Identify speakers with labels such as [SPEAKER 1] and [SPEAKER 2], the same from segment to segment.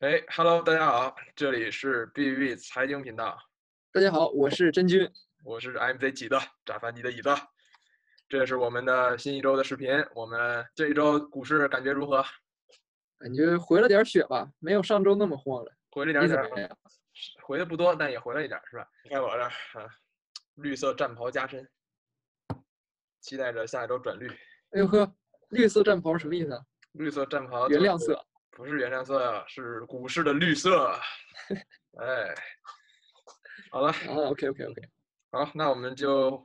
[SPEAKER 1] 哎，Hello，大家好，这里是 B B 财经频道，
[SPEAKER 2] 大家好，我是真君。
[SPEAKER 1] 我是 MC 几的扎凡迪的椅子，这是我们的新一周的视频。我们这一周股市感觉如何？
[SPEAKER 2] 感觉回了点血吧，没有上周那么慌了。
[SPEAKER 1] 回了一点
[SPEAKER 2] 你怎
[SPEAKER 1] 点
[SPEAKER 2] 么
[SPEAKER 1] 儿，
[SPEAKER 2] 样？
[SPEAKER 1] 回的不多，但也回了一点儿，是吧？你看我这儿啊，绿色战袍加身，期待着下一周转绿。
[SPEAKER 2] 哎呦呵，绿色战袍是什么意思啊？
[SPEAKER 1] 绿色战袍
[SPEAKER 2] 原
[SPEAKER 1] 就
[SPEAKER 2] 亮
[SPEAKER 1] 是
[SPEAKER 2] 色。
[SPEAKER 1] 不是原谅色，是股市的绿 色。哎，好了，
[SPEAKER 2] 啊，OK OK OK，
[SPEAKER 1] 好，那我们就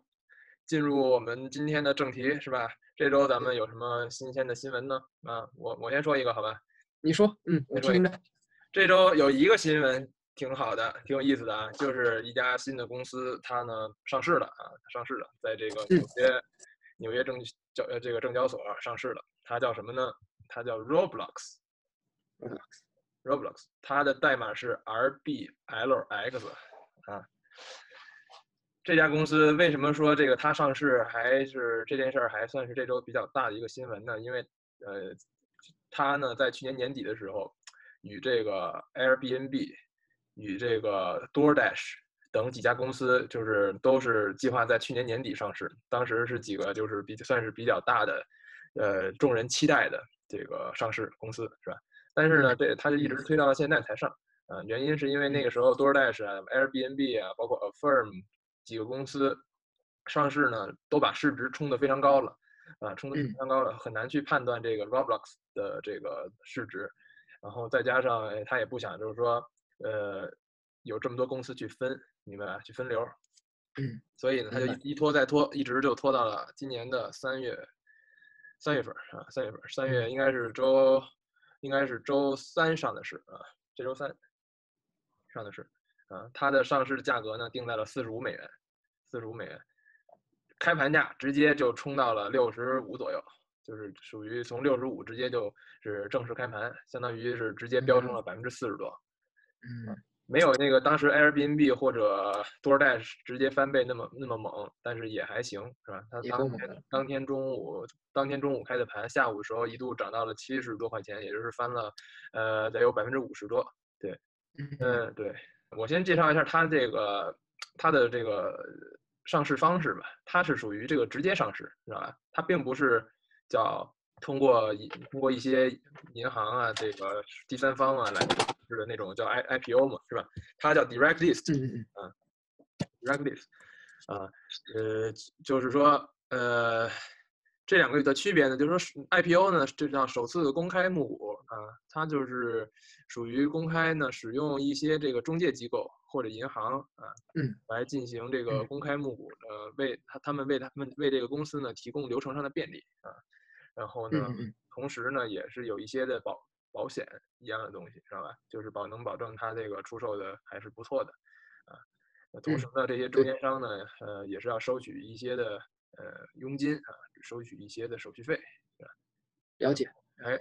[SPEAKER 1] 进入我们今天的正题，是吧？这周咱们有什么新鲜的新闻呢？啊，我我先说一个，好吧？
[SPEAKER 2] 你说，嗯，我
[SPEAKER 1] 你说
[SPEAKER 2] 听着。
[SPEAKER 1] 这周有一个新闻挺好的，挺有意思的啊，就是一家新的公司，它呢上市了啊，上市了，在这个
[SPEAKER 2] 嗯
[SPEAKER 1] 纽约纽约证交呃这个证交所上市了。它叫什么呢？它叫 Roblox。
[SPEAKER 2] Roblox
[SPEAKER 1] Roblox，它的代码是 RBLX 啊。这家公司为什么说这个它上市还是这件事儿还算是这周比较大的一个新闻呢？因为呃，它呢在去年年底的时候，与这个 Airbnb、与这个 DoorDash 等几家公司，就是都是计划在去年年底上市。当时是几个就是比算是比较大的，呃，众人期待的这个上市公司是吧？但是呢，这它就一直推到了现在才上。啊、原因是因为那个时候 DoorDash 啊、Airbnb 啊，包括 Affirm 几个公司上市呢，都把市值冲得非常高了，啊，冲得非
[SPEAKER 2] 嗯
[SPEAKER 1] 常高了，很难去判断这个 Roblox 的这个市值。然后再加上哎他也不想就是说，呃，有这么多公司去分，明白吧？去分流儿，
[SPEAKER 2] 嗯，
[SPEAKER 1] 所以呢，他就
[SPEAKER 2] 明白
[SPEAKER 1] 一一拖再拖，一直就拖到了今年的三月，三月份儿啊，三月份儿，三
[SPEAKER 2] 嗯
[SPEAKER 1] 月应该是周，应该是周三上的市啊，这周三上的市啊，它的上市价格呢定在了四十五美元，四十五美元，开盘价直接就冲到了六十五左右，就是属于从六十五直接就是正式开盘，相当于是直接飙升了百分之四十多。
[SPEAKER 2] 嗯，
[SPEAKER 1] 没有那个当时 Airbnb 或者 DoorDash 直接翻倍那么那么猛，但是也还行，是吧？它
[SPEAKER 2] 也
[SPEAKER 1] 当
[SPEAKER 2] 够猛
[SPEAKER 1] 天
[SPEAKER 2] 的
[SPEAKER 1] 当天中午当天中午开的盘，下午的时候一度涨到了七十多块钱，也就是翻了呃得有百分之五十多。
[SPEAKER 2] 嗯，
[SPEAKER 1] 嗯，对，我先介绍一下它这个它的这个上市方式吧，它是属于这个直接上市，知道吧？它并不是叫通过一通过一些银行啊，这个第三方啊来上市的那种叫 I IPO 嘛，是吧？它叫 direct list，
[SPEAKER 2] 嗯嗯
[SPEAKER 1] r e g l i v e 啊，呃，就是说，呃，这两个的区别呢，就是说是 IPO 呢，这叫首次公开募股啊，它就是属于公开呢，使用一些这个中介机构或者银行啊，
[SPEAKER 2] 嗯，
[SPEAKER 1] 来进行这个
[SPEAKER 2] 嗯
[SPEAKER 1] 公开募股，呃，为他他们为他们为这个公司呢提供流程上的便利啊，然后呢，
[SPEAKER 2] 嗯嗯嗯
[SPEAKER 1] 同时呢，也是有一些的保保险一样的东西，知道吧？就是保能保证它这个出售的还是不错的，啊，那同
[SPEAKER 2] 嗯
[SPEAKER 1] 时呢，这些中
[SPEAKER 2] 对
[SPEAKER 1] 间商呢，呃，也是要收取一些的呃佣金啊，收取一些的手续费。
[SPEAKER 2] 了解。
[SPEAKER 1] 哎，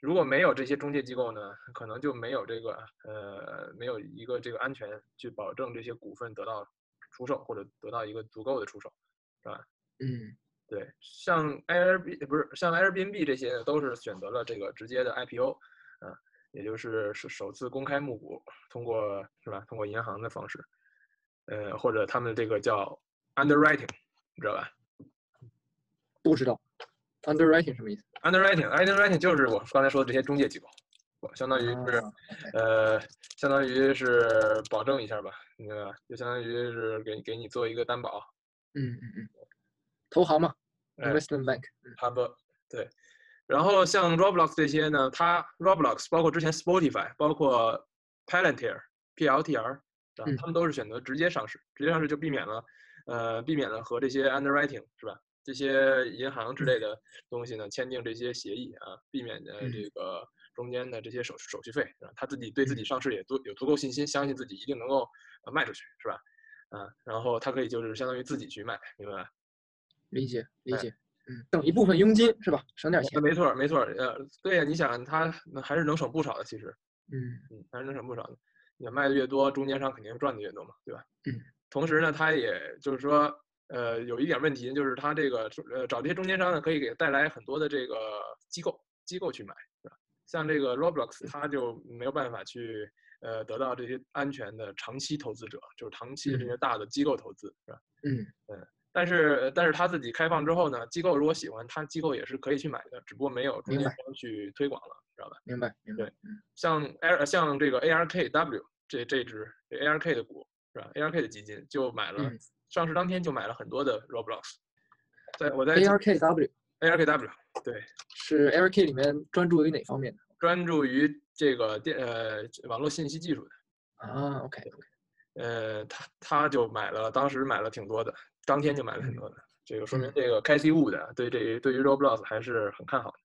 [SPEAKER 1] 如果没有这些中介机构呢，可能就没有这个呃，没有一个这个安全去保证这些股份得到出售或者得到一个足够的出售。
[SPEAKER 2] 嗯
[SPEAKER 1] 对，像 Airbnb 不是像 Airbnb 这些呢，都是选择了这个直接的 IPO，啊，也就是首首次公开募股，通过是吧？通过银行的方式，呃，或者他们这个叫 underwriting，你知道吧
[SPEAKER 2] 不知道，underwriting 什么意思？
[SPEAKER 1] ？underwriting，underwriting 就是我刚才说的这些中介机构，我相当于是、
[SPEAKER 2] 啊
[SPEAKER 1] 呃，相当于是保证一下吧，明白吧？就相当于是给给你做一个担保，
[SPEAKER 2] 嗯嗯嗯，投行嘛
[SPEAKER 1] 哎
[SPEAKER 2] ，investment bank。
[SPEAKER 1] 他不对。然后像 Roblox 这些呢，它 Roblox 包括之前 Spotify，包括 Palantir、PLTR，啊
[SPEAKER 2] 嗯
[SPEAKER 1] 他们都是选择直接上市，直接上市就避免了，呃，避免了和这些 underwriting 是吧？这些银行之类的东西呢，签订这些协议啊，避免呃
[SPEAKER 2] 嗯
[SPEAKER 1] 这个中间的这些手手续费，是吧？他自己对自己上市也足有足够信心，相信自己一定能够呃卖出去，是吧？啊，然后他可以就是相当于自己去卖，明白吧？
[SPEAKER 2] 理解理
[SPEAKER 1] 哎
[SPEAKER 2] 解。嗯，省一部分佣金是吧？省点钱。
[SPEAKER 1] 没错儿，没错儿，呃，对呀、你想他还是能省不少的，其实，
[SPEAKER 2] 嗯
[SPEAKER 1] 嗯，还是能省不少的。你卖的越多，中间商肯定赚的越多嘛，对吧？
[SPEAKER 2] 嗯。
[SPEAKER 1] 同时呢，他也就是说，呃，有一点问题就是他这个呃找这些中间商呢，可以给带来很多的这个机构机构去买，是吧？像这个 Roblox，它就没有办法去呃得到这些安全的长期投资者，就是长期的这些大的机构投资，是吧？
[SPEAKER 2] 嗯
[SPEAKER 1] 但是但是它自己开放之后呢，机构如果喜欢，它机构也是可以去买的，只不过没有中
[SPEAKER 2] 明
[SPEAKER 1] 间
[SPEAKER 2] 白
[SPEAKER 1] 商去推广了，知道吧？
[SPEAKER 2] 明白明白
[SPEAKER 1] 对，像 Air 像这个 ARKW 这这只这 ARK 的股是吧？ARK 的基金就买了，
[SPEAKER 2] 嗯
[SPEAKER 1] 上市当天就买了很多的 Roblox，在我在
[SPEAKER 2] ARKW
[SPEAKER 1] ARKW 对
[SPEAKER 2] 是 ARK 里面专注于哪方面的
[SPEAKER 1] 专注于这个电呃网络信息技术的，
[SPEAKER 2] 啊？OK OK，
[SPEAKER 1] 呃他他就买了，当时买了挺多的，当天就买了很多的，这个说明这个开 C 物的对这对于 Roblox 还是很看好的。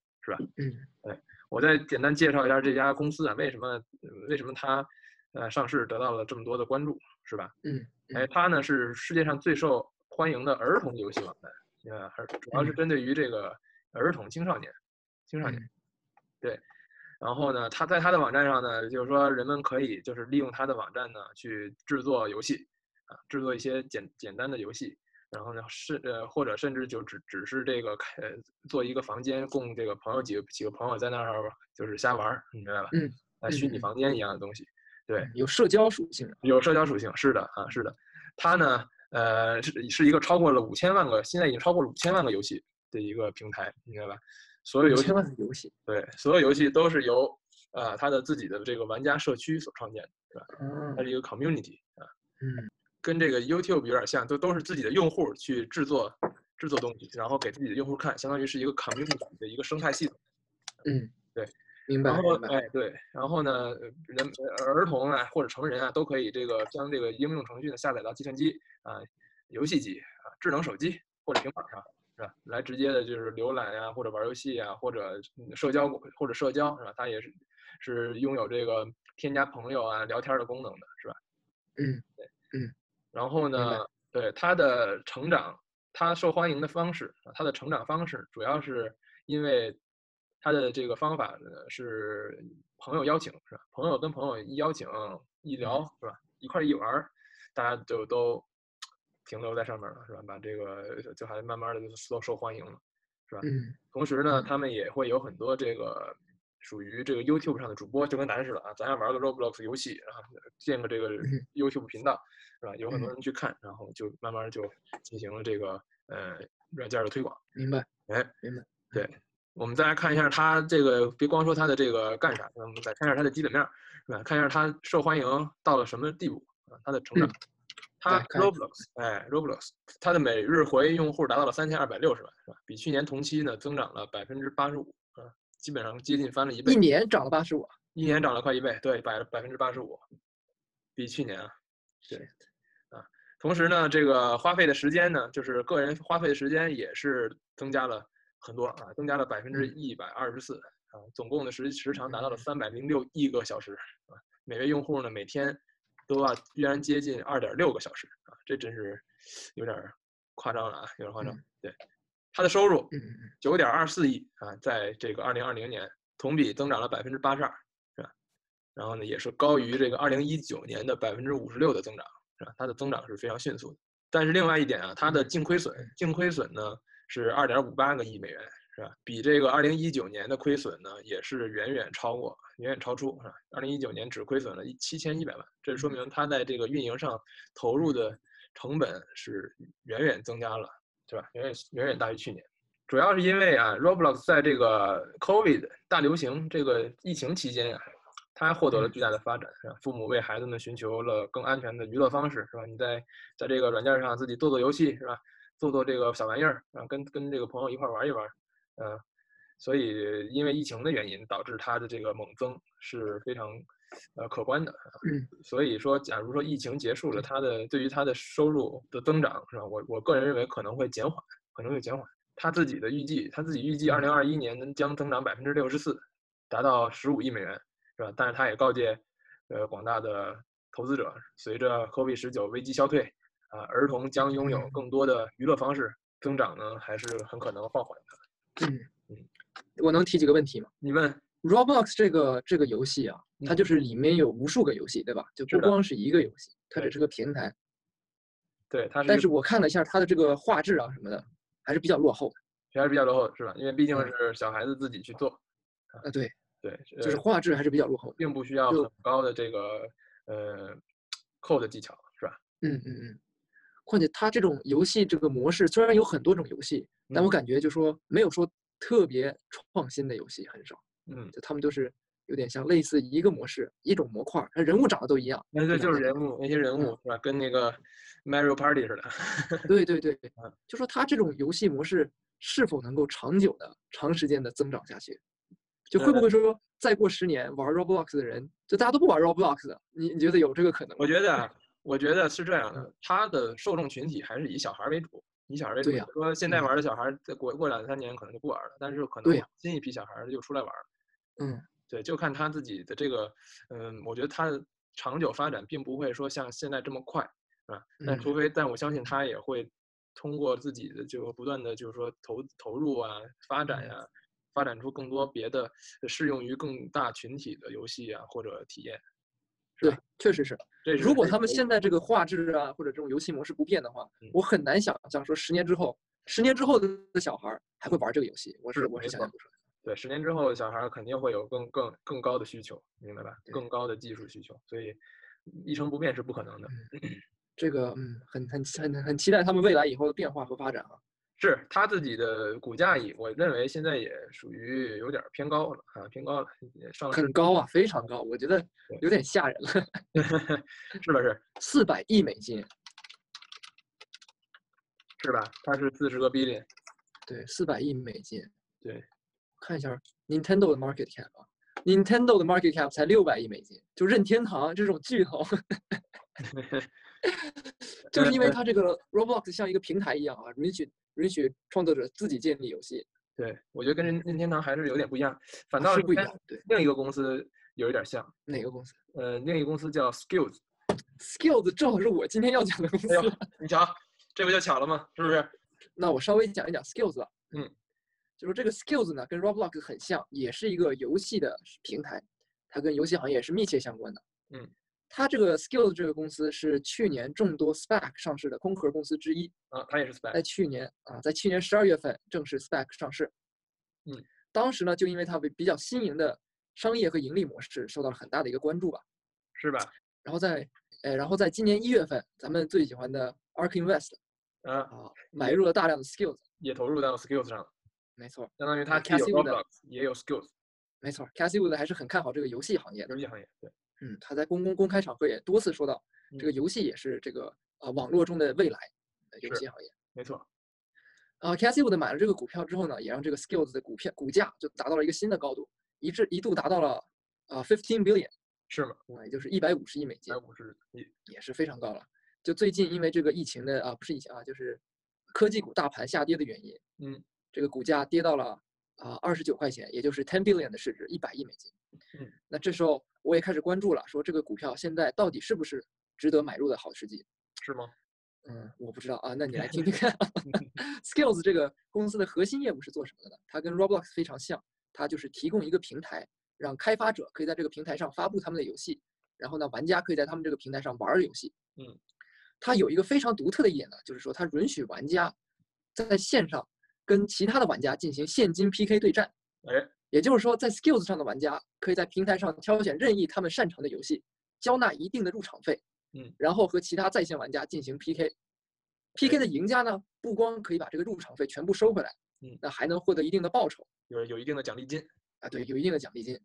[SPEAKER 2] 嗯
[SPEAKER 1] 我再简单介绍一下这家公司啊，为什么呃为什么它呃上市得到了这么多的关注，是吧？
[SPEAKER 2] 嗯
[SPEAKER 1] 哎，它呢是世界上最受欢迎的儿童游戏网站，呃，还是主要是
[SPEAKER 2] 嗯
[SPEAKER 1] 针对于这个儿童青少年，青少年
[SPEAKER 2] 嗯，
[SPEAKER 1] 对。然后呢，它在它的网站上呢，就是说人们可以就是利用它的网站呢去制作游戏，啊，制作一些简简单的游戏，然后呢是呃或者甚至就只只是这个开呃做一个房间供这个朋友几个几个朋友在那儿就是瞎玩儿，你明白吧？
[SPEAKER 2] 嗯，
[SPEAKER 1] 啊，虚
[SPEAKER 2] 嗯
[SPEAKER 1] 拟
[SPEAKER 2] 嗯
[SPEAKER 1] 房间一样的东西。对，
[SPEAKER 2] 有社交属性的，
[SPEAKER 1] 有社交属性，是的啊，是的。它呢，呃，是是一个超过了五千万个，现在已经超过了五千万个游戏的一个平台，明白吧？所有游戏
[SPEAKER 2] 千万的游戏
[SPEAKER 1] 对，所有游戏都是由呃它的自己的这个玩家社区所创建的，
[SPEAKER 2] 啊，
[SPEAKER 1] 它是一个 community 啊，
[SPEAKER 2] 嗯
[SPEAKER 1] 跟这个 YouTube 有点像，都都是自己的用户去制作制作东西，然后给自己的用户看，相当于是一个 community 的一个生态系统。
[SPEAKER 2] 嗯，
[SPEAKER 1] 对，
[SPEAKER 2] 明白
[SPEAKER 1] 然后
[SPEAKER 2] 明白，
[SPEAKER 1] 哎对，然后呢，呃人呃儿童啊或者成人啊都可以这个将这个应用程序呢下载到计算机啊、游戏机啊、智能手机或者平板上，是吧？来直接的就是浏览呀、或者玩游戏啊，或者嗯社交或者社交是吧？它也是是拥有这个添加朋友啊、聊天儿的功能的，是吧？
[SPEAKER 2] 嗯
[SPEAKER 1] 然后
[SPEAKER 2] 明白
[SPEAKER 1] 呢，对它的成长，它受欢迎的方式，啊它的成长方式主要是因为它的这个方法呃是朋友邀请是吧？朋友跟朋友一邀请一聊
[SPEAKER 2] 嗯
[SPEAKER 1] 是吧？一块儿一玩儿，大家就都停留在上面了是吧？把这个就还慢慢的都受欢迎了。
[SPEAKER 2] 嗯
[SPEAKER 1] 同时呢，他们也会有很多这个属于这个 YouTube 上的主播，就跟咱似的啊，咱要玩个 Roblox 游戏，然后建个这个
[SPEAKER 2] 嗯
[SPEAKER 1] YouTube 频道，是吧？有很多人去看，然后就慢慢就进行了这个呃软件的推广。
[SPEAKER 2] 明白
[SPEAKER 1] 哎，
[SPEAKER 2] 明白，
[SPEAKER 1] 我们再来看一下它这个，别光说它的这个干啥，我们再看一下它的基本面儿，是吧？看一下它受欢迎到了什么地步啊，它的成长。它
[SPEAKER 2] 对嗯看一下
[SPEAKER 1] Roblox，哎，Roblox，它的每日活跃用户达到了三千二百六十万，是吧？比去年同期呢增长了百分之八十五，啊，基本上接近翻了一倍
[SPEAKER 2] 一，年涨了八十五，
[SPEAKER 1] 一年涨了快一倍，对，百百分之八十五，比去年啊，对，啊，同时呢，这个花费的时间呢，就是个人花费的时间也是增加了很多啊，增加了百分之一百二十四啊，总共的时时长达到了
[SPEAKER 2] 嗯
[SPEAKER 1] 三百零六亿个小时啊，每位用户呢每天都要居然接近二点六个小时啊，这真是有点儿夸张了啊，有点儿夸张，
[SPEAKER 2] 嗯
[SPEAKER 1] 对，他的收入
[SPEAKER 2] 嗯嗯嗯
[SPEAKER 1] 九点二四亿啊，在这个二零二零年同比增长了百分之八十二，是吧？然后呢，也是高于这个二零一九年的百分之五十六的增长，是吧？它的增长是非常迅速的。但是另外一点啊，它的净亏损，净亏损呢是二点五八个亿美元，是吧？比这个二零一九年的亏损呢，也是远远超过，远远超出啊。二零一九年只亏损了一七千一百万，这说明它在这个运营上投入的成本是远远增加了，对吧？远远远远大于去年。主要是因为啊，Roblox 在这个 COVID 大流行这个疫情期间啊，它获得了
[SPEAKER 2] 嗯
[SPEAKER 1] 巨大的发展，是吧父母为孩子们寻求了更安全的娱乐方式，是吧？你在在这个软件上自己做做游戏，是吧？做做这个小玩意儿，啊，跟跟这个朋友一块儿玩一玩，呃，所以因为疫情的原因，导致它的这个猛增是非常呃可观的。呃
[SPEAKER 2] 嗯
[SPEAKER 1] 所以说，假如说疫情结束了，它的对于它的收入的增长是吧？我我个人认为可能会减缓，可能会减缓。他自己的预计，他自己预计二零二一年能将增长百分之六十四，达到十五亿美元，是吧？但是他也告诫，呃，广大的投资者，随着 COVID 十九危机消退，啊、儿童将拥有
[SPEAKER 2] 嗯
[SPEAKER 1] 更多的娱乐方式，增长呢还是很可能放缓的。
[SPEAKER 2] 嗯，我能提几个问题吗？
[SPEAKER 1] 你问
[SPEAKER 2] Roblox 这个这个游戏啊，它
[SPEAKER 1] 嗯
[SPEAKER 2] 就是里面有无数个游戏，对吧？就是不
[SPEAKER 1] 的
[SPEAKER 2] 光是一个游戏，它
[SPEAKER 1] 对
[SPEAKER 2] 只是个平台。
[SPEAKER 1] 对，它是一
[SPEAKER 2] 但
[SPEAKER 1] 个
[SPEAKER 2] 是我看了一下它的这个画质啊什么的，还是比较落后
[SPEAKER 1] 还是比较落后，是吧？因为毕竟
[SPEAKER 2] 嗯
[SPEAKER 1] 是小孩子自己去做，
[SPEAKER 2] 的。啊，对，
[SPEAKER 1] 对，
[SPEAKER 2] 就是
[SPEAKER 1] 呃
[SPEAKER 2] 画质还是比较落后的。
[SPEAKER 1] 并不需要
[SPEAKER 2] 就
[SPEAKER 1] 很高的这个呃 code 技巧，是吧？
[SPEAKER 2] 嗯嗯嗯。况且它这种游戏这个模式虽然有很多种游戏，但
[SPEAKER 1] 嗯
[SPEAKER 2] 我感觉就说没有说特别创新的游戏很少，
[SPEAKER 1] 嗯，
[SPEAKER 2] 就他们都是有点像类似一个模式、一种模块儿，人物长得都一样。
[SPEAKER 1] 那这就
[SPEAKER 2] 这两
[SPEAKER 1] 是
[SPEAKER 2] 个
[SPEAKER 1] 人物那些人物是吧？跟那个 Mario Party 似的。
[SPEAKER 2] 对对对
[SPEAKER 1] 嗯，
[SPEAKER 2] 就说它这种游戏模式是否能够长久的、长时间的增长下去？就会不会说再过十年玩 Roblox 的人，就大家都不玩 Roblox 了？你你觉得有这个可能吗
[SPEAKER 1] 我？觉得啊，我觉得是这样的，它的受众群体还是以小孩儿为主，以小孩儿为主。
[SPEAKER 2] 对呀
[SPEAKER 1] 比如说现在
[SPEAKER 2] 嗯
[SPEAKER 1] 玩儿的小孩儿，再过过两三年可能就不玩儿了，但是可
[SPEAKER 2] 对
[SPEAKER 1] 能
[SPEAKER 2] 呀
[SPEAKER 1] 新一批小孩儿又出来玩儿。
[SPEAKER 2] 嗯
[SPEAKER 1] 对，就看他自己的这个，嗯，我觉得他长久发展并不会说像现在这么快，啊，但
[SPEAKER 2] 嗯
[SPEAKER 1] 除非，但我相信他也会通过自己的就不断的就是说投投入啊，发展
[SPEAKER 2] 嗯
[SPEAKER 1] 呀、发展出更多别的适用于更大群体的游戏啊或者体验。是
[SPEAKER 2] 对
[SPEAKER 1] 吧，
[SPEAKER 2] 确实是。
[SPEAKER 1] 这是
[SPEAKER 2] 如果
[SPEAKER 1] 这
[SPEAKER 2] 他们
[SPEAKER 1] 是
[SPEAKER 2] 现在这个画质啊，或者这种游戏模式不变的话
[SPEAKER 1] 嗯，
[SPEAKER 2] 我很难想象说十年之后，十年之后的小孩儿还会玩这个游戏。我
[SPEAKER 1] 是
[SPEAKER 2] 是我
[SPEAKER 1] 没
[SPEAKER 2] 是想
[SPEAKER 1] 错
[SPEAKER 2] 象不出来。
[SPEAKER 1] 对，十年之后，小孩儿肯定会有更更更高的需求，明白吧？
[SPEAKER 2] 对
[SPEAKER 1] 更高的技术需求，所以一成不变是不可能的。
[SPEAKER 2] 这个嗯，很很很很期待他们未来以后的变化和发展啊。
[SPEAKER 1] 是他自己的股价也，我认为现在也属于有点儿偏高了啊，偏高了，也上市
[SPEAKER 2] 很高啊，非常高，我觉得
[SPEAKER 1] 对
[SPEAKER 2] 有点吓人了，
[SPEAKER 1] 是不是？
[SPEAKER 2] 四百亿美金，
[SPEAKER 1] 是吧？它是四十个 billion，
[SPEAKER 2] 对，四百亿美金。
[SPEAKER 1] 对，
[SPEAKER 2] 看一下 Nintendo 的 market cap 啊，Nintendo 的 market cap 才六百亿美金，就任天堂啊这种巨 头，就是因为
[SPEAKER 1] 呃
[SPEAKER 2] 它这个 Roblox 像一个平台一样啊，允许允许创作者自己建立游戏，
[SPEAKER 1] 对，我觉得跟任任天堂还是有点不一样，反
[SPEAKER 2] 啊
[SPEAKER 1] 倒
[SPEAKER 2] 是
[SPEAKER 1] 是
[SPEAKER 2] 不一
[SPEAKER 1] 跟
[SPEAKER 2] 样。对，
[SPEAKER 1] 另一个公司有一点儿像，
[SPEAKER 2] 哪个公司
[SPEAKER 1] 呃，另一个公司叫 Skills，
[SPEAKER 2] ？Skills 正好是我今天要讲的公司
[SPEAKER 1] 哎呦
[SPEAKER 2] 了，
[SPEAKER 1] 你瞧，这不就巧了吗？是不是？
[SPEAKER 2] 那我稍微讲一讲 Skills 吧。
[SPEAKER 1] 嗯，
[SPEAKER 2] 就说这个 Skills 呢，跟 Roblox 很像，也是一个游戏的平台，它跟游戏行业也是密切相关的。
[SPEAKER 1] 嗯，
[SPEAKER 2] 它这个 Skills 这个公司是去年众多 SPAC 上市的空壳公司之一，
[SPEAKER 1] 啊，它也是 SPAC，
[SPEAKER 2] 在去年啊，在去年十二月份正式 SPAC 上市。
[SPEAKER 1] 嗯，
[SPEAKER 2] 当时呢，就因为它比比较新颖的商业和盈利模式受到了很大的一个关注吧。
[SPEAKER 1] 是吧？
[SPEAKER 2] 然后在呃，然后在今年一月份，咱们最喜欢的 Ark Invest
[SPEAKER 1] 啊，
[SPEAKER 2] 啊，买入了大量的 Skills。
[SPEAKER 1] 也投入到 Skills 上了。
[SPEAKER 2] 没错，
[SPEAKER 1] 相当于它
[SPEAKER 2] 呃
[SPEAKER 1] 既有
[SPEAKER 2] Cassie Wood
[SPEAKER 1] Roblox 也有 Skills
[SPEAKER 2] 没错，Cassie Wood 还是很看好这个游戏行业的
[SPEAKER 1] 游。戏行业，对，
[SPEAKER 2] 嗯，他在公公公开场合也多次说到，这个
[SPEAKER 1] 嗯
[SPEAKER 2] 游戏也是这个呃网络中的未来，呃游
[SPEAKER 1] 是
[SPEAKER 2] 戏行业。
[SPEAKER 1] 没错，
[SPEAKER 2] 啊 c a s i Wood 买了这个股票之后呢，也让这个 Skills 的股票股价就达到了一个新的高度，一至一度达到了呃15 billion，
[SPEAKER 1] 是吗？哎
[SPEAKER 2] 啊，也就是一百五十亿美金
[SPEAKER 1] 百，五十亿，
[SPEAKER 2] 也是非常高了。就最近因为这个疫情的啊，不是疫情啊，就是科技股大盘下跌的原因，
[SPEAKER 1] 嗯，
[SPEAKER 2] 这个股价跌到了啊二十九块钱，也就是 ten billion 的市值，一百亿美金。
[SPEAKER 1] 嗯，
[SPEAKER 2] 那这时候我也开始关注了，说这个股票现在到底是不是值得买入的好时机？
[SPEAKER 1] 是吗？
[SPEAKER 2] 嗯，我不知道啊，那你来听听看。Skills 这个公司的核心业务是做什么的呢？它跟 Roblox 非常像，它就是提供一个平台，让开发者可以在这个平台上发布他们的游戏，然后呢，玩家可以在他们这个平台上玩儿游戏。
[SPEAKER 1] 嗯，
[SPEAKER 2] 它有一个非常独特的一点呢，就是说它允许玩家在线上跟其他的玩家进行现金 PK 对战。
[SPEAKER 1] 哎，
[SPEAKER 2] 也就是说，在 Skills 上的玩家可以在平台上挑选任意他们擅长的游戏，交纳一定的入场费，
[SPEAKER 1] 嗯，
[SPEAKER 2] 然后和其他在线玩家进行 PK。PK 的赢家呢，不光可以把这个入场费全部收回来，
[SPEAKER 1] 嗯
[SPEAKER 2] 那还能获得一定的报酬
[SPEAKER 1] 有有一定的奖励金，
[SPEAKER 2] 啊，对，有一定的奖励金。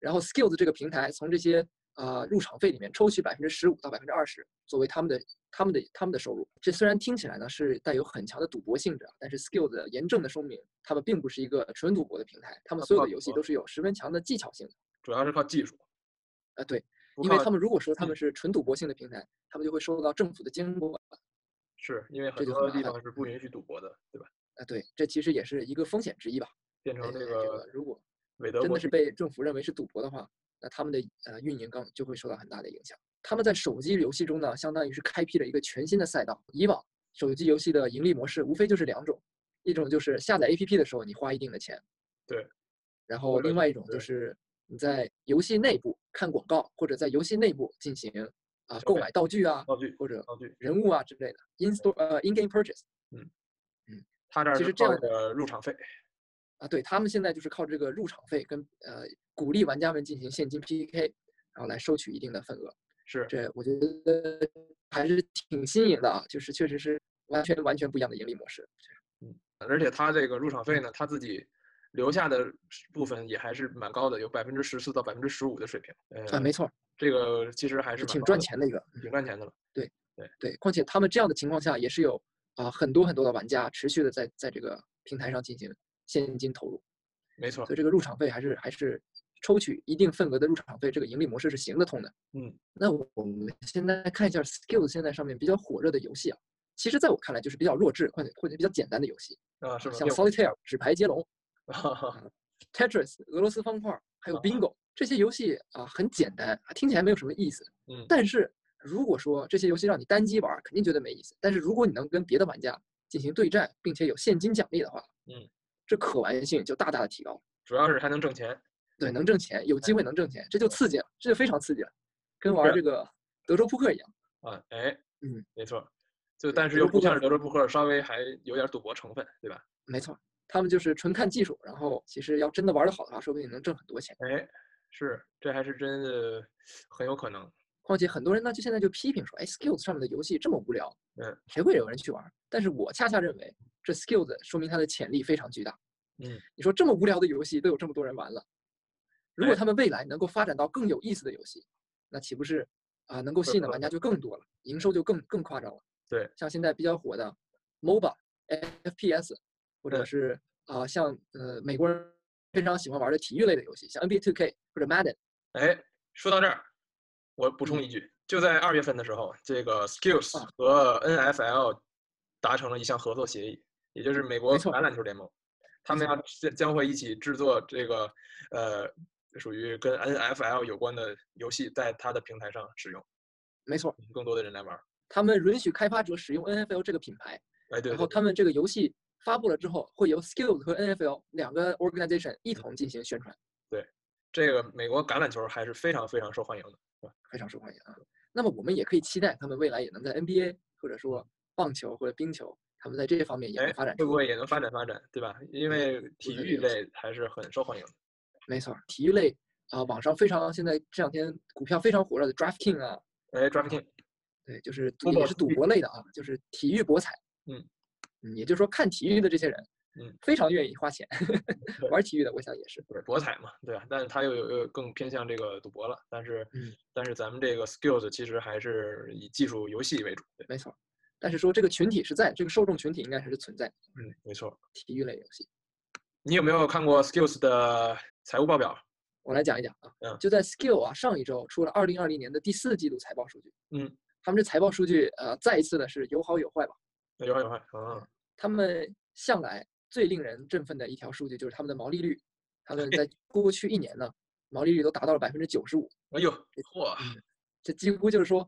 [SPEAKER 2] 然后 Skills 这个平台从这些啊、呃入场费里面抽取百分之十五到百分之二十作为他们的他们的他们的收入。这虽然听起来呢是带有很强的赌博性质啊，但是 Skills 严正的说明，他们并不是一个纯赌博的平台，他们
[SPEAKER 1] 啊
[SPEAKER 2] 所
[SPEAKER 1] 不
[SPEAKER 2] 有
[SPEAKER 1] 靠
[SPEAKER 2] 的游
[SPEAKER 1] 赌
[SPEAKER 2] 戏
[SPEAKER 1] 博
[SPEAKER 2] 都是有十分强的技巧性的。
[SPEAKER 1] 主要是靠技术，
[SPEAKER 2] 啊，对，
[SPEAKER 1] 不
[SPEAKER 2] 因为
[SPEAKER 1] 靠
[SPEAKER 2] 他们如果说他
[SPEAKER 1] 嗯
[SPEAKER 2] 们是纯赌博性的平台，他们就会受到政府的监管。
[SPEAKER 1] 是因为很
[SPEAKER 2] 这就
[SPEAKER 1] 多
[SPEAKER 2] 很麻
[SPEAKER 1] 地
[SPEAKER 2] 烦
[SPEAKER 1] 方是不允许赌博的，对吧？
[SPEAKER 2] 啊，对，这其实也是一个风险之一吧。
[SPEAKER 1] 变
[SPEAKER 2] 哎
[SPEAKER 1] 成
[SPEAKER 2] 这
[SPEAKER 1] 这
[SPEAKER 2] 个
[SPEAKER 1] 个
[SPEAKER 2] 如果
[SPEAKER 1] 韦德
[SPEAKER 2] 真
[SPEAKER 1] 国
[SPEAKER 2] 的是被政府认为是赌博的话，那他们的呃运营更就会受到很大的影响。他们在手机游戏中呢，相当于是开辟了一个全新的赛道。以往手机游戏的盈利模式无非就是两种，一种就是下载 APP 的时候你花一定的钱，
[SPEAKER 1] 对，
[SPEAKER 2] 然
[SPEAKER 1] 或
[SPEAKER 2] 后
[SPEAKER 1] 者
[SPEAKER 2] 另外一种
[SPEAKER 1] 对
[SPEAKER 2] 就是你在游戏内部看广告，或者在游戏内部进行啊、购
[SPEAKER 1] 费
[SPEAKER 2] 买道具啊，
[SPEAKER 1] 道具
[SPEAKER 2] 或者
[SPEAKER 1] 道具，
[SPEAKER 2] 人物啊之类的，in store 呃 in game purchase
[SPEAKER 1] 他这儿
[SPEAKER 2] 其
[SPEAKER 1] 是
[SPEAKER 2] 实这
[SPEAKER 1] 靠
[SPEAKER 2] 样
[SPEAKER 1] 个入场费，
[SPEAKER 2] 啊，对他们现在就是靠这个入场费跟呃鼓励玩家们进行现金 PK，然后来收取一定的份额。
[SPEAKER 1] 是
[SPEAKER 2] 这我觉得还是挺新颖的啊，就是确实是完全完全不一样的盈利模式。
[SPEAKER 1] 而且他这个入场费呢，他自己留下的部分也还是蛮高的，有百分之十四到百分之十五的水平。嗯、
[SPEAKER 2] 啊，没错，
[SPEAKER 1] 这个其实还是蛮
[SPEAKER 2] 挺
[SPEAKER 1] 高
[SPEAKER 2] 赚
[SPEAKER 1] 的，
[SPEAKER 2] 钱的一个。
[SPEAKER 1] 挺赚钱的了。
[SPEAKER 2] 对，况且他们这样的情况下也是有啊、很多很多的玩家持续的在在这个平台上进行现金投入，
[SPEAKER 1] 没错
[SPEAKER 2] 所，以这个入场费还是还是抽取一定份额的入场费，这个盈利模式是行得通的。
[SPEAKER 1] 嗯，
[SPEAKER 2] 那我我们现在看一下 Skills 现在上面比较火热的游戏啊，其实在我看来就是比较弱智或者或者比较简单的游戏，
[SPEAKER 1] 啊，是吧？
[SPEAKER 2] 像 Solitaire 纸牌接龙、
[SPEAKER 1] 六
[SPEAKER 2] 嗯 Tetris 俄罗斯方块，还有
[SPEAKER 1] 啊
[SPEAKER 2] Bingo 这些游戏啊、很简单，听起来没有什么意思。
[SPEAKER 1] 嗯
[SPEAKER 2] 但是如果说这些游戏让你单机玩儿，肯定觉得没意思。但是如果你能跟别的玩家进行对战，并且有现金奖励的话，
[SPEAKER 1] 嗯，
[SPEAKER 2] 这可玩性就大大的提高。
[SPEAKER 1] 主要是还能挣钱。
[SPEAKER 2] 对，能挣钱，有机会能挣钱，这就刺激了，这就非常刺激了，跟玩
[SPEAKER 1] 是
[SPEAKER 2] 儿这个德州扑克一样。
[SPEAKER 1] 啊，哎，
[SPEAKER 2] 嗯，
[SPEAKER 1] 没错，就
[SPEAKER 2] 对
[SPEAKER 1] 但是
[SPEAKER 2] 德
[SPEAKER 1] 又
[SPEAKER 2] 州
[SPEAKER 1] 不
[SPEAKER 2] 扑克
[SPEAKER 1] 像是德州扑克，稍微还有点赌博成分，对吧？
[SPEAKER 2] 没错儿，他们就是纯看技术，然后其实要真的玩得好的话，说不定能挣很多钱。
[SPEAKER 1] 哎，是，这还是真的很有可能。
[SPEAKER 2] 况且很多人呢，就现在就批评说，哎，Skills 上面的游戏这么无聊，
[SPEAKER 1] 嗯，
[SPEAKER 2] 谁会有人去玩儿？但是我恰恰认为，这 Skills 说明它的潜力非常巨大。
[SPEAKER 1] 嗯，
[SPEAKER 2] 你说这么无聊的游戏都有这么多人玩了，如果
[SPEAKER 1] 哎
[SPEAKER 2] 他们未来能够发展到更有意思的游戏，那岂不是啊、能够
[SPEAKER 1] 是
[SPEAKER 2] 吸引的
[SPEAKER 1] 的
[SPEAKER 2] 玩家就更多了，营收就更更夸张了？
[SPEAKER 1] 对，
[SPEAKER 2] 像现在比较火的 MOBA、FPS，或者
[SPEAKER 1] 对
[SPEAKER 2] 是啊、像呃美国人非常喜欢玩的体育类的游戏，像 NBA 2K 或者 Madden，
[SPEAKER 1] 哎，说到这儿，我补充一句，就在二月份的时候，这个 Skills
[SPEAKER 2] 嗯啊
[SPEAKER 1] 和 NFL 达成了一项合作协议，也就是美国
[SPEAKER 2] 没错
[SPEAKER 1] 橄榄球联盟，他
[SPEAKER 2] 没
[SPEAKER 1] 们要
[SPEAKER 2] 错
[SPEAKER 1] 将将会一起制作这个呃属于跟 NFL 有关的游戏，在它的平台上使用，
[SPEAKER 2] 没错，
[SPEAKER 1] 更多的人来玩儿。
[SPEAKER 2] 他们允许开发者使用 NFL 这个品牌，
[SPEAKER 1] 哎，对
[SPEAKER 2] 然后
[SPEAKER 1] 对对，
[SPEAKER 2] 他们这个游戏发布了之后，会由 Skills 和 NFL 两个 organization 一同进行宣传，
[SPEAKER 1] 这个美国橄榄球还是非常非常受欢迎的。
[SPEAKER 2] 非常受欢迎啊。那么我们也可以期待他们未来也能在 NBA 或者说棒球或者冰球，他们在这方面也
[SPEAKER 1] 哎
[SPEAKER 2] 能发展，
[SPEAKER 1] 会
[SPEAKER 2] 出。
[SPEAKER 1] 不会也能发展发展，对吧？
[SPEAKER 2] 嗯
[SPEAKER 1] 因为体
[SPEAKER 2] 这个
[SPEAKER 1] 育
[SPEAKER 2] 游戏
[SPEAKER 1] 类还是很受欢迎的。
[SPEAKER 2] 没错儿，体育类啊、网上非常现在这两天股票非常火热的 DraftKings 啊，
[SPEAKER 1] 哎，DraftKings，
[SPEAKER 2] 对，就是
[SPEAKER 1] 赌
[SPEAKER 2] 赌
[SPEAKER 1] 博
[SPEAKER 2] 也是
[SPEAKER 1] 体
[SPEAKER 2] 赌
[SPEAKER 1] 育
[SPEAKER 2] 博类的啊，就是体育博彩。
[SPEAKER 1] 嗯
[SPEAKER 2] 嗯，也就是说，看体育的这些人，
[SPEAKER 1] 嗯，
[SPEAKER 2] 非常愿意花钱
[SPEAKER 1] 对
[SPEAKER 2] 玩体育的，我想也是。
[SPEAKER 1] 对博彩嘛，对吧？但是它又有又更偏向这个赌博了。但是，
[SPEAKER 2] 嗯
[SPEAKER 1] 但是咱们这个 skills 其实还是以技术游戏为主。对，
[SPEAKER 2] 没错儿，但是说这个群体是在，这个受众群体应该还是存在的。
[SPEAKER 1] 嗯，没错。
[SPEAKER 2] 体育类游戏，
[SPEAKER 1] 你有没有看过 skills 的财务报表？
[SPEAKER 2] 我来讲一讲啊，
[SPEAKER 1] 嗯
[SPEAKER 2] 就在 Skill 啊上一周出了二零二零年的第四季度财报数据，
[SPEAKER 1] 嗯，
[SPEAKER 2] 他们这财报数据呃再一次的是有好有坏吧，
[SPEAKER 1] 有有有啊，
[SPEAKER 2] 他们向来最令人振奋的一条数据就是他们的毛利率，他们在过去一年呢，毛利率都达到了百分之九十五，
[SPEAKER 1] 哎呦，嚯，
[SPEAKER 2] 嗯这几乎就是说，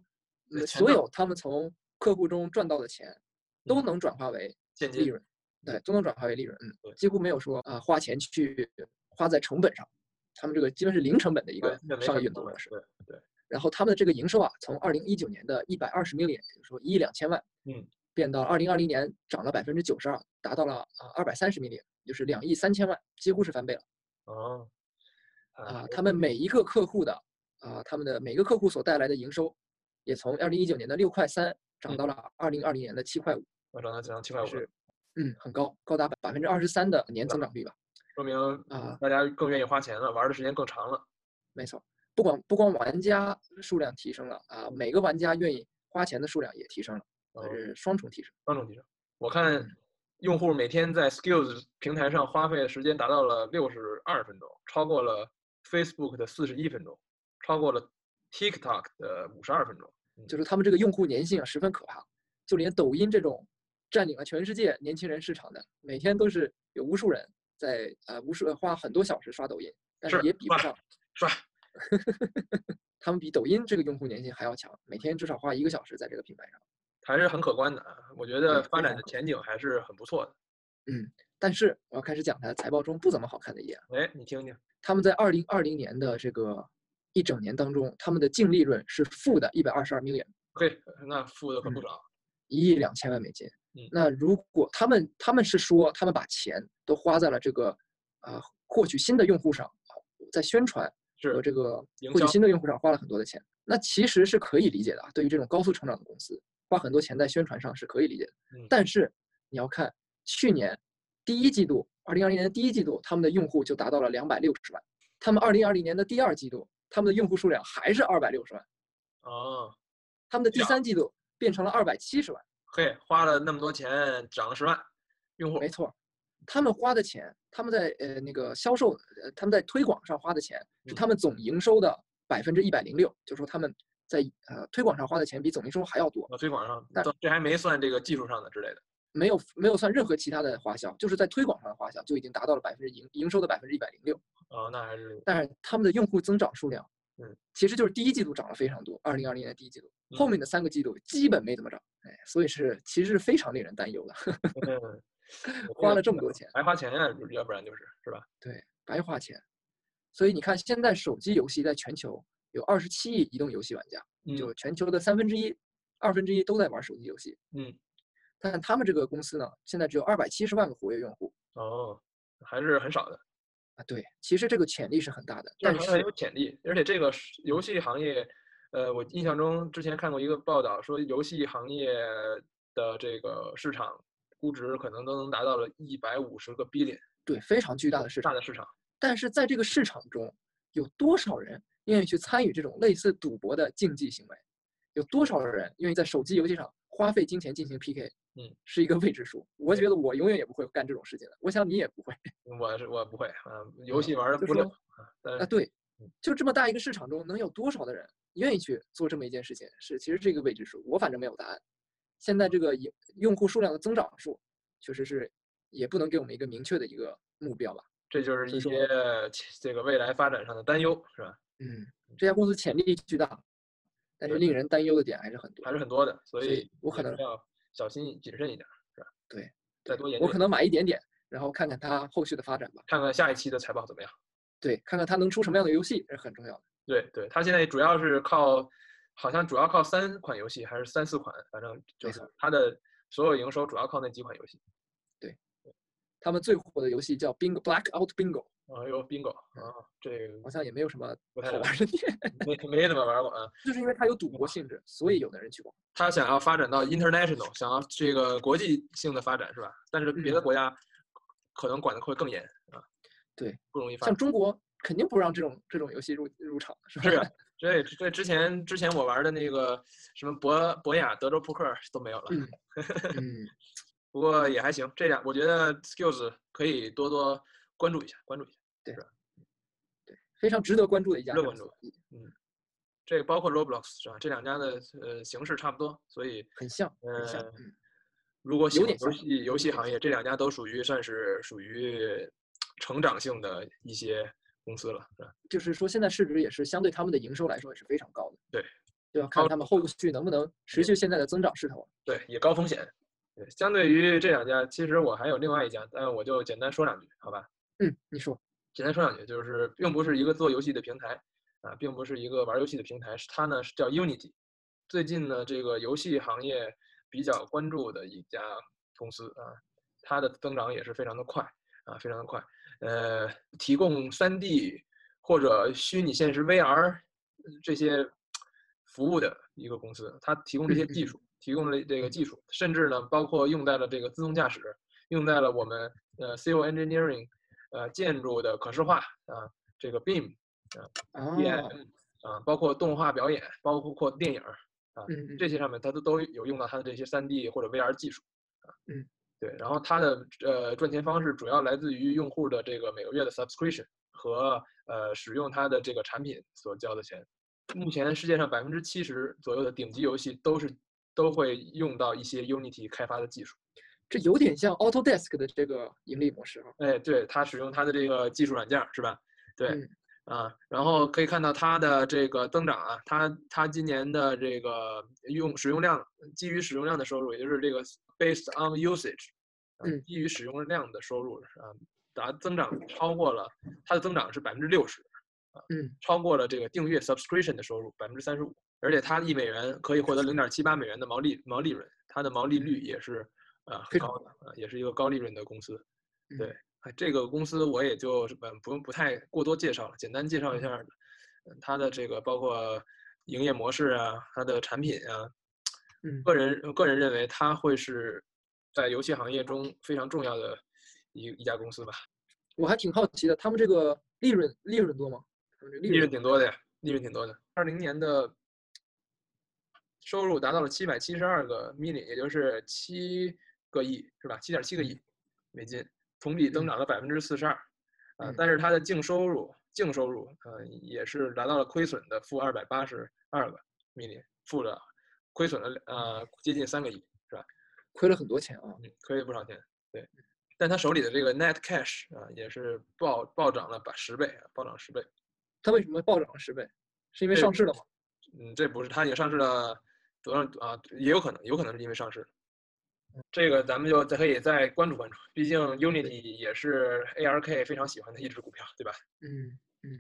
[SPEAKER 1] 对
[SPEAKER 2] 嗯
[SPEAKER 1] 全
[SPEAKER 2] 所
[SPEAKER 1] 都
[SPEAKER 2] 有他们从客户中赚到的钱都
[SPEAKER 1] 嗯
[SPEAKER 2] 能转化为
[SPEAKER 1] 现
[SPEAKER 2] 利
[SPEAKER 1] 金嗯
[SPEAKER 2] 润，对，都能转化为利润，
[SPEAKER 1] 对
[SPEAKER 2] 嗯，几乎没有说啊、花钱去花在成本上，他们这个基本是零成本的一
[SPEAKER 1] 一
[SPEAKER 2] 个商业运作模
[SPEAKER 1] 模
[SPEAKER 2] 式
[SPEAKER 1] 式。。对，
[SPEAKER 2] 然后他们的这个营收啊，从二零一九年的一百二十 million，也就是说一亿两千万，
[SPEAKER 1] 嗯，
[SPEAKER 2] 变到二零二零年涨了百分之九十二，达到了啊二百三十 million，就是两亿三千万，几乎是翻倍了
[SPEAKER 1] 哦，哎
[SPEAKER 2] 啊、他们每一个客户的啊、他们的每个客户所带来的营收，也从二零一九年的六块三涨到了二零二零年的七块五，
[SPEAKER 1] 我涨到涨到嗯七块五了，
[SPEAKER 2] 是嗯很高，高达百分之二十三的年增长率吧
[SPEAKER 1] 说明
[SPEAKER 2] 啊、
[SPEAKER 1] 大家更愿意花钱了，玩儿的时间更长了。
[SPEAKER 2] 没错，不光不光玩家数量提升了啊，每个玩家愿意花钱的数量也提升了，
[SPEAKER 1] 嗯
[SPEAKER 2] 这是双重提升。
[SPEAKER 1] 双重提升。我看
[SPEAKER 2] 嗯
[SPEAKER 1] 用户每天在 Skills 平台上花费的时间达到了六十二分钟，超过了 Facebook 的四十一分钟，超过了 TikTok 的五十二分钟。
[SPEAKER 2] 就是他们这个用户粘性啊十分可怕，就连抖音这种占领了全世界年轻人市场的，每天都是有无数人在呃无数花很多小时刷抖音，但是
[SPEAKER 1] 是
[SPEAKER 2] 也比不
[SPEAKER 1] 刷
[SPEAKER 2] 上，
[SPEAKER 1] 刷，
[SPEAKER 2] 他们比抖音这个用户粘性还要强，每天至少花一个小时在这个品牌上。
[SPEAKER 1] 还是很可观的啊。我觉得
[SPEAKER 2] 对
[SPEAKER 1] 发
[SPEAKER 2] 非
[SPEAKER 1] 展的
[SPEAKER 2] 常可
[SPEAKER 1] 前景还是很不错的。
[SPEAKER 2] 但是我要开始讲它财报中不怎么好看的一页了，
[SPEAKER 1] 哎，你听听，
[SPEAKER 2] 他们在二零二零年的这个一整年当中，他们的净利润是负的一百二十二 million。
[SPEAKER 1] 嘿，那付的可不
[SPEAKER 2] 嗯
[SPEAKER 1] 少。
[SPEAKER 2] 一亿两千万美金。
[SPEAKER 1] 嗯
[SPEAKER 2] 那如果他们呃他们是说他们把钱都花在了这个啊、获取新的用户上，啊在宣传和
[SPEAKER 1] 是
[SPEAKER 2] 这个
[SPEAKER 1] 营
[SPEAKER 2] 获取
[SPEAKER 1] 销
[SPEAKER 2] 新的用户上花了很多的钱。那其实是可以理解的啊，对于这种高速成长的公司，花很多钱在宣传上是可以理解的。
[SPEAKER 1] 嗯
[SPEAKER 2] 但是你要看去年第一季度，二零二零年的第一季度，他们的用户就达到了两百六十万，他们二零二零年的第二季度，他们的用户数量还是二百六十万，
[SPEAKER 1] 哦，
[SPEAKER 2] 他们的第
[SPEAKER 1] 呀
[SPEAKER 2] 三季度变成了二百七十万。
[SPEAKER 1] 嘿，花了那么多钱，涨了十万，用户
[SPEAKER 2] 没错，他们花的钱，他们在呃那个销售，呃他们在推广上花的钱是
[SPEAKER 1] 嗯
[SPEAKER 2] 他们总营收的百分之一百零六，就说他们在呃推广上花的钱比总营收还要多，
[SPEAKER 1] 啊推广上
[SPEAKER 2] 但，
[SPEAKER 1] 都这还没算这个技术上的之类的。
[SPEAKER 2] 没有没有算任何其他的花销，就是在推广上的花销就已经达到了百分之营营收的百分之一百零六，
[SPEAKER 1] 哦，那还是
[SPEAKER 2] 但是他们的用户增长数量，
[SPEAKER 1] 嗯，
[SPEAKER 2] 其实就是第一季度涨了非常多，二零二零年第一季度，后
[SPEAKER 1] 嗯
[SPEAKER 2] 面的三个季度基本没怎么涨，哎，所以是其实是非常令人担忧的，
[SPEAKER 1] 嗯我
[SPEAKER 2] 花
[SPEAKER 1] 个
[SPEAKER 2] 了这么多钱。
[SPEAKER 1] 白花钱呀、要不然就是是吧？
[SPEAKER 2] 对，白花钱。所以你看，现在手机游戏在全球有二十七亿移动游戏玩家，
[SPEAKER 1] 嗯
[SPEAKER 2] 就全球的三分之一、二分之一都在玩手机游戏。
[SPEAKER 1] 嗯，
[SPEAKER 2] 但他们这个公司呢，现在只有二百七十万个活跃用户
[SPEAKER 1] 哦，还是很少的，
[SPEAKER 2] 啊。对，其实这个潜力是很大的，
[SPEAKER 1] 这
[SPEAKER 2] 但
[SPEAKER 1] 还是很
[SPEAKER 2] 是
[SPEAKER 1] 有潜力。而且这个是游戏行业，呃，我印象中之前看过一个报道，说游戏行业的这个市场估值可能都能达到了一百五十个 billion
[SPEAKER 2] 对非常巨大的市
[SPEAKER 1] 大
[SPEAKER 2] 场。
[SPEAKER 1] 的市场。
[SPEAKER 2] 但是在这个市场中，有多少人愿意去参与这种类似赌博的竞技行为？有多少人愿意在手机游戏上花费金钱进行 PK？
[SPEAKER 1] 嗯，
[SPEAKER 2] 是一个未知数。我觉得我永远也不会干这种事情的，我想你也不会。
[SPEAKER 1] 嗯我是我不会啊，游
[SPEAKER 2] 嗯
[SPEAKER 1] 戏玩的
[SPEAKER 2] 就
[SPEAKER 1] 不溜
[SPEAKER 2] 说
[SPEAKER 1] 啊，但
[SPEAKER 2] 啊，
[SPEAKER 1] 是
[SPEAKER 2] 对
[SPEAKER 1] 嗯，
[SPEAKER 2] 就这么大一个市场中，能有多少的人愿意去做这么一件事情？是，其实这个未知数，我反正没有答案。现在这个用用户数量的增长数，确实是也不能给我们一个明确的一个目标吧。
[SPEAKER 1] 这就是
[SPEAKER 2] 所
[SPEAKER 1] 一
[SPEAKER 2] 以说
[SPEAKER 1] 些这个未来发展上的担忧，是吧？
[SPEAKER 2] 嗯，这家公司潜力巨大，但是
[SPEAKER 1] 对
[SPEAKER 2] 令人担忧的点还是很多
[SPEAKER 1] 还。是很多的，所
[SPEAKER 2] 所以
[SPEAKER 1] 以
[SPEAKER 2] 我可
[SPEAKER 1] 也是
[SPEAKER 2] 能
[SPEAKER 1] 要小心谨慎一点儿，是吧？
[SPEAKER 2] 对，
[SPEAKER 1] 再多研究
[SPEAKER 2] 我可能买一点点，然后看看它后续的发展吧。
[SPEAKER 1] 看看下一期的财报怎么样。
[SPEAKER 2] 对，看看它能出什么样的游戏是很重要的。
[SPEAKER 1] 对对，它现在主要是靠，好像主要靠三款游戏还是三四款，反正就
[SPEAKER 2] 没
[SPEAKER 1] 是
[SPEAKER 2] 错
[SPEAKER 1] 它的所有营收主要靠那几款游戏。
[SPEAKER 2] 他们最火的游戏叫 Bingo Blackout Bingo，
[SPEAKER 1] 啊，有 bingo 啊，这个
[SPEAKER 2] 好像也没有什么
[SPEAKER 1] 不太
[SPEAKER 2] 好
[SPEAKER 1] 了
[SPEAKER 2] 玩的点，
[SPEAKER 1] 没没怎么玩过啊。
[SPEAKER 2] 就是因为它有赌博性质，所
[SPEAKER 1] 嗯
[SPEAKER 2] 以有的人去玩。
[SPEAKER 1] 它想要发展到 international，想要这个国际性的发展是吧？但是别的
[SPEAKER 2] 嗯
[SPEAKER 1] 国家可能管得会更严啊。
[SPEAKER 2] 对，
[SPEAKER 1] 不容易发
[SPEAKER 2] 像
[SPEAKER 1] 展。
[SPEAKER 2] 中国肯定不让这种这种游戏入入场，是吧？
[SPEAKER 1] 是啊，对对，之前之前我玩的那个什么博博雅德州扑克都没有了，
[SPEAKER 2] 嗯
[SPEAKER 1] 啊
[SPEAKER 2] 嗯，
[SPEAKER 1] 不过也还行。这两我觉得 Skills 可以多多关注一下，关注一下。
[SPEAKER 2] 非常值得关注的一家
[SPEAKER 1] 值得
[SPEAKER 2] 公司
[SPEAKER 1] 关，这个包括 Roblox 是吧？这两家的呃形式差不多，所以
[SPEAKER 2] 很像，很像。
[SPEAKER 1] 呃
[SPEAKER 2] 嗯，
[SPEAKER 1] 如果喜
[SPEAKER 2] 有
[SPEAKER 1] 欢
[SPEAKER 2] 点
[SPEAKER 1] 游
[SPEAKER 2] 像
[SPEAKER 1] 戏游戏
[SPEAKER 2] 有点
[SPEAKER 1] 行业，这两家都属于算是属于成长性的一些公司了，是吧？
[SPEAKER 2] 就是说现在市值也是相对他们的营收来说也是非常高的。
[SPEAKER 1] 对，
[SPEAKER 2] 就要看
[SPEAKER 1] 高
[SPEAKER 2] 他们后续能不能持续现在的增长势头。啊
[SPEAKER 1] 对，也高风险。对，相对于这两家，其实我还有另外一家，但我就简单说两句，好吧？
[SPEAKER 2] 嗯，你说，
[SPEAKER 1] 简单说两句，就是并不是一个做游戏的平台啊，并不是一个玩游戏的平台，是它呢是叫 Unity。最近呢，这个游戏行业比较关注的一家公司啊，它的增长也是非常的快啊，非常的快。呃，提供 3D 或者虚拟现实 VR 呃这些服务的一个公司，它提供这些
[SPEAKER 2] 嗯嗯嗯
[SPEAKER 1] 技术，提供了这个技术，甚至呢，包括用在了这个自动驾驶，用在了我们呃 civil engineering 呃建筑的可视化啊，这个 BIM
[SPEAKER 2] 哦，
[SPEAKER 1] BIM 啊，包括动画表演，包括电影儿
[SPEAKER 2] 嗯嗯，
[SPEAKER 1] 这些上面，它都都有用到它的这些 3D 或者 VR 技术。啊
[SPEAKER 2] 嗯，
[SPEAKER 1] 对。然后它的呃赚钱方式主要来自于用户的这个每个月的 subscription 和呃使用它的这个产品所交的钱。目前世界上百分之七十左右的顶级游戏都是都会用到一些 Unity 开发的技术。
[SPEAKER 2] 这有点像 Autodesk 的这个盈利模式啊。
[SPEAKER 1] 哎，对，它使用它的这个技术软件儿是吧？对，
[SPEAKER 2] 嗯
[SPEAKER 1] 啊，然后可以看到它的这个增长啊，它它今年的这个用使用量，基于使用量的收入，也就是这个 based on usage，、啊、
[SPEAKER 2] 嗯
[SPEAKER 1] 基于使用量的收入啊，达增长超过了它的增长是百分之六十，
[SPEAKER 2] 嗯，
[SPEAKER 1] 超过了这个订阅 subscription 的收入百分之三十五，而且它一美元可以获得零点七八美元的毛利毛利润，它的毛利率也是呃很呃
[SPEAKER 2] 非常
[SPEAKER 1] 高的，啊，也是一个高利润的公司。对
[SPEAKER 2] 嗯，
[SPEAKER 1] 哎，这个公司我也就嗯不用不太过多介绍了，简单介绍一下嗯它的这个包括营业模式啊，它的产品啊，
[SPEAKER 2] 嗯
[SPEAKER 1] 个人个人认为它会是在游戏行业中非常重要的一一家公司吧，
[SPEAKER 2] 我还挺好奇的，他们这个利润利润多吗？他们这个利
[SPEAKER 1] 利润
[SPEAKER 2] 润
[SPEAKER 1] 挺多的呀，利润挺多的。二零年的收入达到了七百七十二个 million，也就是七个亿，是吧？七点七个亿美金，同比增
[SPEAKER 2] 嗯
[SPEAKER 1] 长了百分之四十二。啊
[SPEAKER 2] 嗯，
[SPEAKER 1] 但是它的净收入，净收入，呃，也是达到了亏损的负二百八十二个 million，负了亏损了呃接近三个亿，是吧？
[SPEAKER 2] 亏了很多钱啊。
[SPEAKER 1] 嗯，亏了不少钱，对。但他手里的这个 net cash 啊、也是暴暴涨了百十倍，啊，暴涨十倍。
[SPEAKER 2] 它为什么暴涨了十倍？是因为
[SPEAKER 1] 对
[SPEAKER 2] 上市了吗？
[SPEAKER 1] 嗯，这不是，它已经上市了多少啊？也有可能，有可能是因为上市。这个咱们就再可以再关注关注，毕竟 Unity 也是 ARK 非常喜欢的一只股票，对吧？
[SPEAKER 2] 嗯嗯，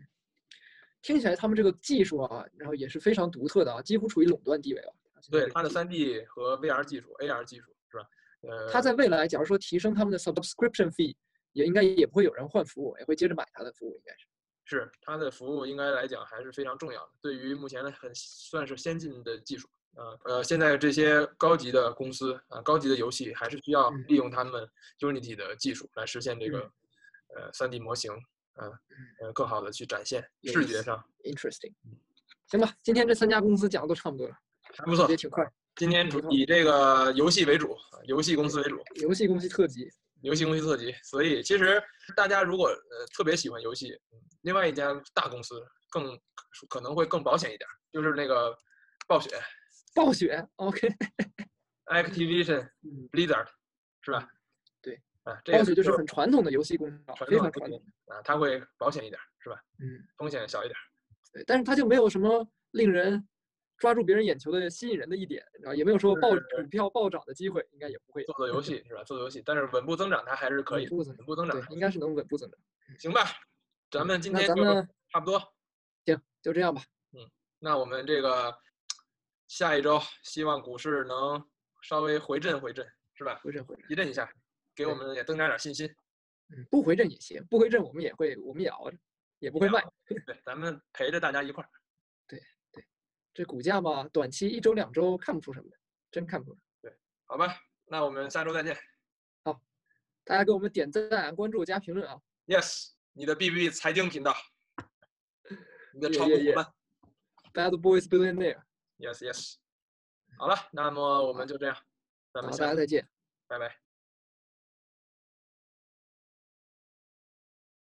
[SPEAKER 2] 听起来他们这个技术啊，然后也是非常独特的啊，几乎处于垄断地位啊。
[SPEAKER 1] 对，它的 3D 和 VR 技术、AR 技术是吧？呃，
[SPEAKER 2] 它在未来，假如说提升他们的 subscription fee，也应该也不会有人换服务，也会接着买它的服务，应该是。
[SPEAKER 1] 是它的服务应该来讲还是非常重要的，对于目前的很算是先进的技术。呃呃，现在这些高级的公司啊、高级的游戏还是需要
[SPEAKER 2] 嗯
[SPEAKER 1] 利用他们 Unity 的技术来实现这个、
[SPEAKER 2] 嗯
[SPEAKER 1] 呃 3D 模型，呃呃更好的去展现
[SPEAKER 2] 有
[SPEAKER 1] 视
[SPEAKER 2] 意
[SPEAKER 1] 觉
[SPEAKER 2] 思
[SPEAKER 1] 上
[SPEAKER 2] Interesting。行吧，今天这三家公司讲的都差不多了，
[SPEAKER 1] 还不错
[SPEAKER 2] 也。挺快。
[SPEAKER 1] 今天主
[SPEAKER 2] 挺好
[SPEAKER 1] 以这个游戏为主，啊游戏公司为主，
[SPEAKER 2] 游戏公司特辑，
[SPEAKER 1] 游戏公司特辑。所以其实大家如果呃特别喜欢游戏，嗯另外一家大公司更可能会更保险一点儿，就是那个暴雪
[SPEAKER 2] 暴雪，OK，
[SPEAKER 1] Activision
[SPEAKER 2] 嗯，
[SPEAKER 1] Blizzard 是吧？
[SPEAKER 2] 对，
[SPEAKER 1] 啊，这
[SPEAKER 2] 暴
[SPEAKER 1] 个
[SPEAKER 2] 雪就是
[SPEAKER 1] 就
[SPEAKER 2] 很传统的游戏公司啊，
[SPEAKER 1] 传
[SPEAKER 2] 非
[SPEAKER 1] 统
[SPEAKER 2] 常
[SPEAKER 1] 的
[SPEAKER 2] 传
[SPEAKER 1] 游
[SPEAKER 2] 统
[SPEAKER 1] 戏。啊，它会保险一点儿是吧？
[SPEAKER 2] 嗯，
[SPEAKER 1] 风险小一点儿。
[SPEAKER 2] 对，但是它就没有什么令人抓住别人眼球的吸引人的一点，然后也没有说
[SPEAKER 1] 是
[SPEAKER 2] 暴股票暴涨的机会，应该也不会有。
[SPEAKER 1] 做做 游戏是吧？做做游戏，但是稳步增长它还是可
[SPEAKER 2] 稳
[SPEAKER 1] 以的，
[SPEAKER 2] 步增
[SPEAKER 1] 稳步增长
[SPEAKER 2] 对，应该是能稳步增长。
[SPEAKER 1] 行吧？咱们今
[SPEAKER 2] 那
[SPEAKER 1] 天
[SPEAKER 2] 咱
[SPEAKER 1] 就
[SPEAKER 2] 们
[SPEAKER 1] 差不多。
[SPEAKER 2] 行，就这样吧。
[SPEAKER 1] 那我们这个下一周希望股市能稍微回振回振，是吧？
[SPEAKER 2] 回正回正，
[SPEAKER 1] 提振一下，给我们也增加点信心。
[SPEAKER 2] 嗯，不回正也行，不回正我们也会，我们也熬着，也不会卖。
[SPEAKER 1] 对，咱们陪着大家一块儿。
[SPEAKER 2] 这股价嘛，短期一周两周看不出什么的，真看不出来。
[SPEAKER 1] 好吧？那我们下周再见。
[SPEAKER 2] 大家给我们点赞、关注加评论啊！
[SPEAKER 1] Yes，你的 B B 财经频道，你的
[SPEAKER 2] Yeah,
[SPEAKER 1] 炒股
[SPEAKER 2] yeah,
[SPEAKER 1] 伙
[SPEAKER 2] yeah.
[SPEAKER 1] 伴。
[SPEAKER 2] Bad Boys Billionaire，
[SPEAKER 1] Yes，Yes。好了，那么我们就这样，咱
[SPEAKER 2] 好，
[SPEAKER 1] 们
[SPEAKER 2] 大
[SPEAKER 1] 下
[SPEAKER 2] 家
[SPEAKER 1] 周
[SPEAKER 2] 再见。
[SPEAKER 1] 拜拜。